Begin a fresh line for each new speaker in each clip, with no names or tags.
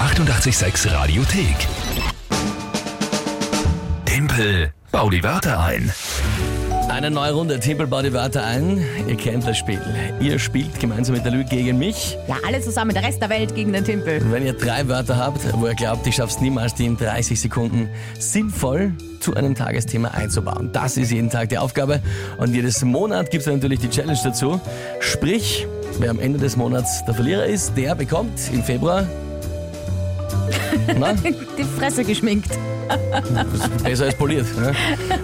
886 Radiothek. Tempel, bau die Wörter ein.
Eine neue Runde. Tempel baut die Wörter ein. Ihr kennt das Spiel. Ihr spielt gemeinsam mit der Lüge gegen mich.
Ja, alle zusammen, der Rest der Welt gegen den Tempel.
Wenn ihr drei Wörter habt, wo ihr glaubt, ich schaff's niemals, die in 30 Sekunden sinnvoll zu einem Tagesthema einzubauen. Das ist jeden Tag die Aufgabe. Und jedes Monat gibt's dann natürlich die Challenge dazu. Sprich, wer am Ende des Monats der Verlierer ist, der bekommt im Februar. Na,
Die Fresse geschminkt.
besser als poliert. Ne?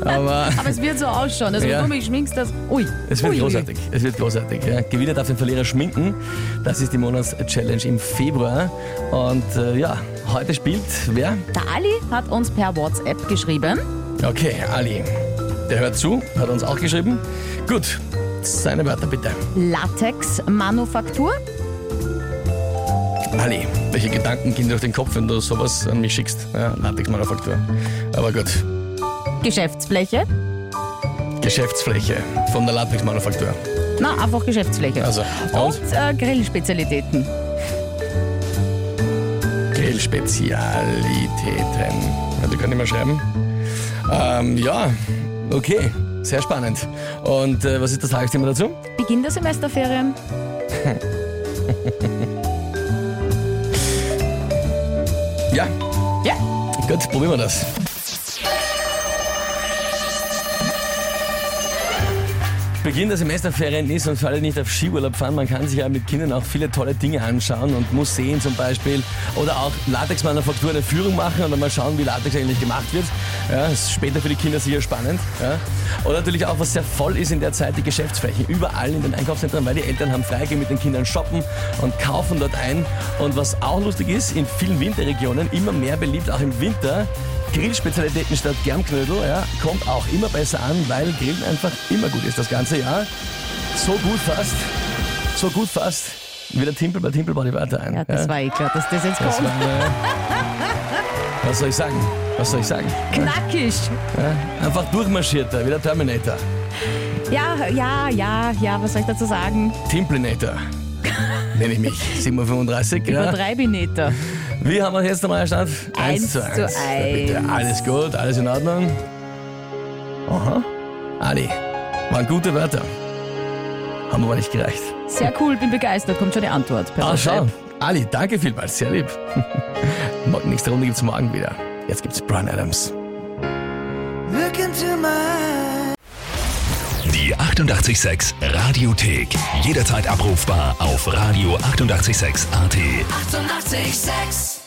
Aber
Aber es wird so ausschauen. Also,
Ja.
wenn du mich schminkst, das. Ui.
Es wird
Ui, ui, ui.
großartig. Es wird großartig. Ja. Gewinner darf den Verlierer schminken. Das ist die Monatschallenge im Februar. Und äh, ja, heute spielt wer?
Der Ali hat uns per WhatsApp geschrieben.
Okay, Ali. Der hört zu, hat uns auch geschrieben. Gut, seine Wörter bitte.
Latex-Manufaktur.
Ali, welche Gedanken gehen dir durch den Kopf, wenn du sowas an mich schickst? Ja, Latex-Manufaktur. Aber gut,
Geschäftsfläche.
Geschäftsfläche von der Latex-Manufaktur.
Na, einfach Geschäftsfläche.
Also, und?
Und äh, Grillspezialitäten.
Grillspezialitäten. Ja, die können nicht mehr schreiben. Ähm, ja, okay. Sehr spannend. Und äh, was ist das Tagesthema dazu?
Beginn der Semesterferien.
Ja,
Ja.
gut, probieren wir das. Beginn der Semesterferien ist und für alle die nicht auf Skiurlaub fahren, man kann sich ja mit Kindern auch viele tolle Dinge anschauen und Museen zum Beispiel oder auch Latexmanufaktur eine Führung machen und dann mal schauen, wie Latex eigentlich gemacht wird. Ja, ist später für die Kinder sicher spannend. Ja. Oder natürlich auch, was sehr voll ist in der Zeit, die Geschäftsflächen. Überall in den Einkaufszentren, weil die Eltern haben frei, gehen mit den Kindern shoppen und kaufen dort ein. Und was auch lustig ist, in vielen Winterregionen, immer mehr beliebt, auch im Winter, Grillspezialitäten statt Germknödel, ja, kommt auch immer besser an, weil Grillen einfach immer gut ist das ganze Jahr. So gut fast, so gut fast, wie der Timpel bei Timpel baut die Wörter ein.
Ja, das war eh klar, dass das jetzt
Das
kommt.
war, äh, was soll ich sagen? Was soll ich sagen?
Knackig.
Ja, einfach durchmarschiert da, wie der Terminator.
Ja, ja, ja, ja, was soll ich dazu sagen?
Timplinator. Nenne ich mich. 7.35 Uhr. Ja.
Übertreibe ich nicht. da.
Wie haben wir jetzt nochmal Stand?
Eins
zu
zu
eins. Ja, Bitte.
eins.
Alles gut, alles in Ordnung. Aha. Ali, waren gute Wörter. Haben aber nicht gereicht.
Sehr cool, bin begeistert. Kommt schon die Antwort. Per
Ah, schau.
WhatsApp.
Ali, danke vielmals. Sehr lieb. Morgen- Nächste Runde gibt's morgen wieder. Jetzt gibt's Brian Adams.
Look into my eyes.
Die 886 Radiothek. Jederzeit abrufbar auf radio886.at. 886! 886.
886